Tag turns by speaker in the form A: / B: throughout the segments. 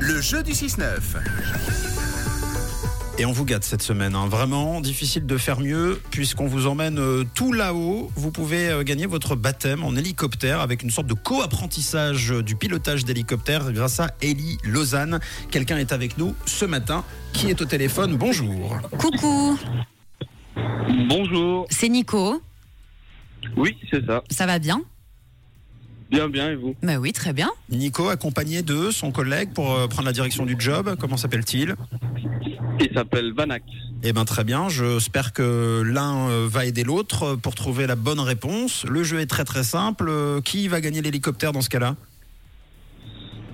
A: Le jeu du 6-9.
B: Et on vous gâte cette semaine, hein. vraiment difficile de faire mieux puisqu'on vous emmène euh, tout là-haut. Vous pouvez euh, gagner votre baptême en hélicoptère avec une sorte de co-apprentissage euh, du pilotage d'hélicoptère grâce à Ellie Lausanne. Quelqu'un est avec nous ce matin qui est au téléphone. Bonjour.
C: Coucou,
D: Bonjour.
C: c'est Nico.
D: Oui, c'est ça.
C: Ça va bien
D: Bien, bien, et vous
C: Bah oui, très bien.
B: Nico accompagné de son collègue pour euh, prendre la direction du job. Comment s'appelle-t-il
D: Il s'appelle Vanak.
B: Eh ben très bien, j'espère que l'un euh, va aider l'autre pour trouver la bonne réponse. Le jeu est très très simple. Euh, Qui va gagner l'hélicoptère dans ce cas-là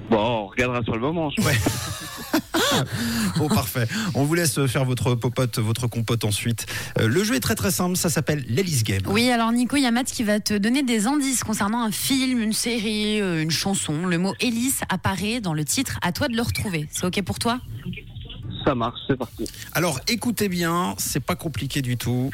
D: Bon, on regardera sur le moment. je pense.
B: Bon, Oh, parfait. On vous laisse faire votre popote, votre compote ensuite. Euh, le jeu est très très simple, ça s'appelle l'Elise Game.
C: Oui, alors Nico, il y a Matt qui va te donner des indices concernant un film, une série, euh, une chanson. Le mot hélice apparaît dans le titre. À toi de le retrouver. C'est OK pour toi
D: Ça marche, c'est parti.
B: Alors écoutez bien, c'est pas compliqué du tout.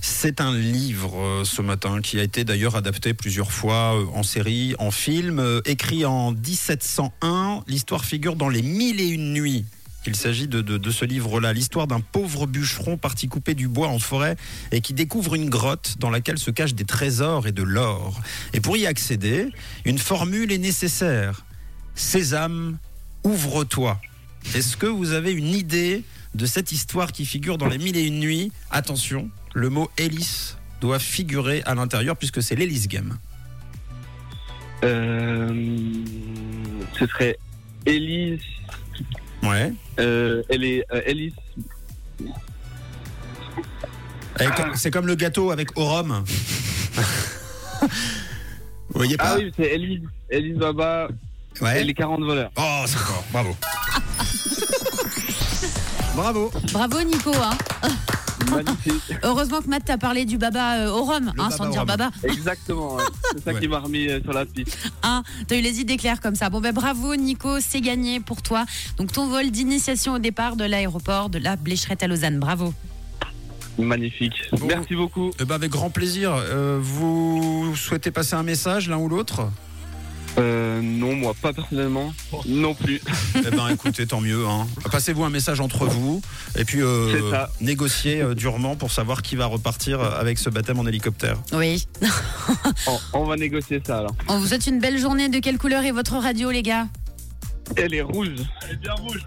B: C'est un livre euh, ce matin qui a été d'ailleurs adapté plusieurs fois euh, en série, en film. Euh, écrit en 1701, l'histoire figure dans les mille et une nuits. Il s'agit de, de- de ce livre-là, l'histoire d'un pauvre bûcheron parti couper du bois en forêt et qui découvre une grotte dans laquelle se cachent des trésors et de l'or. Et pour y accéder, une formule est nécessaire. Sésame, ouvre-toi. Est-ce que vous avez une idée de cette histoire qui figure dans les mille et une nuits Attention, le mot hélice doit figurer à l'intérieur puisque c'est l'hélice game.
D: Euh, ce serait Elise.
B: Ouais.
D: euh, elle est euh, Elise.
B: C'est comme le gâteau avec au rhum. vous voyez
D: Ah
B: pas
D: oui, c'est Elise. Elise Baba
B: Ouais.
D: et les 40 voleurs.
B: Oh, c'est fort, bravo. bravo.
C: Bravo Nico. hein.
D: Magnifique.
C: Heureusement que Matt t'a parlé du baba euh, au rhum,
B: Le
C: hein,
B: baba
C: sans
B: au
C: dire
B: rhum.
C: baba.
D: Exactement. ouais. C'est ça
B: Ouais.
D: qui m'a remis euh, sur la piste.
C: Hein, T'as eu les idées claires comme ça. Bon ben bravo Nico, c'est gagné pour toi. Donc ton vol d'initiation au départ de l'aéroport de la Blécherette à Lausanne. Bravo.
D: Magnifique.
B: Bon.
D: Merci beaucoup.
B: Eh ben, avec grand plaisir. Euh, vous souhaitez passer un message l'un ou l'autre
D: Euh, non, moi, pas personnellement. Non plus.
B: Eh ben écoutez, tant mieux. Hein. Passez-vous un message entre vous et puis
D: C'est
B: euh,
D: ça.
B: négociez euh, durement pour savoir qui va repartir avec ce baptême en hélicoptère.
C: Oui.
D: On, on va négocier ça alors.
C: On vous souhaite une belle journée. De quelle couleur est votre radio les gars
D: Elle est rouge. Elle est bien rouge.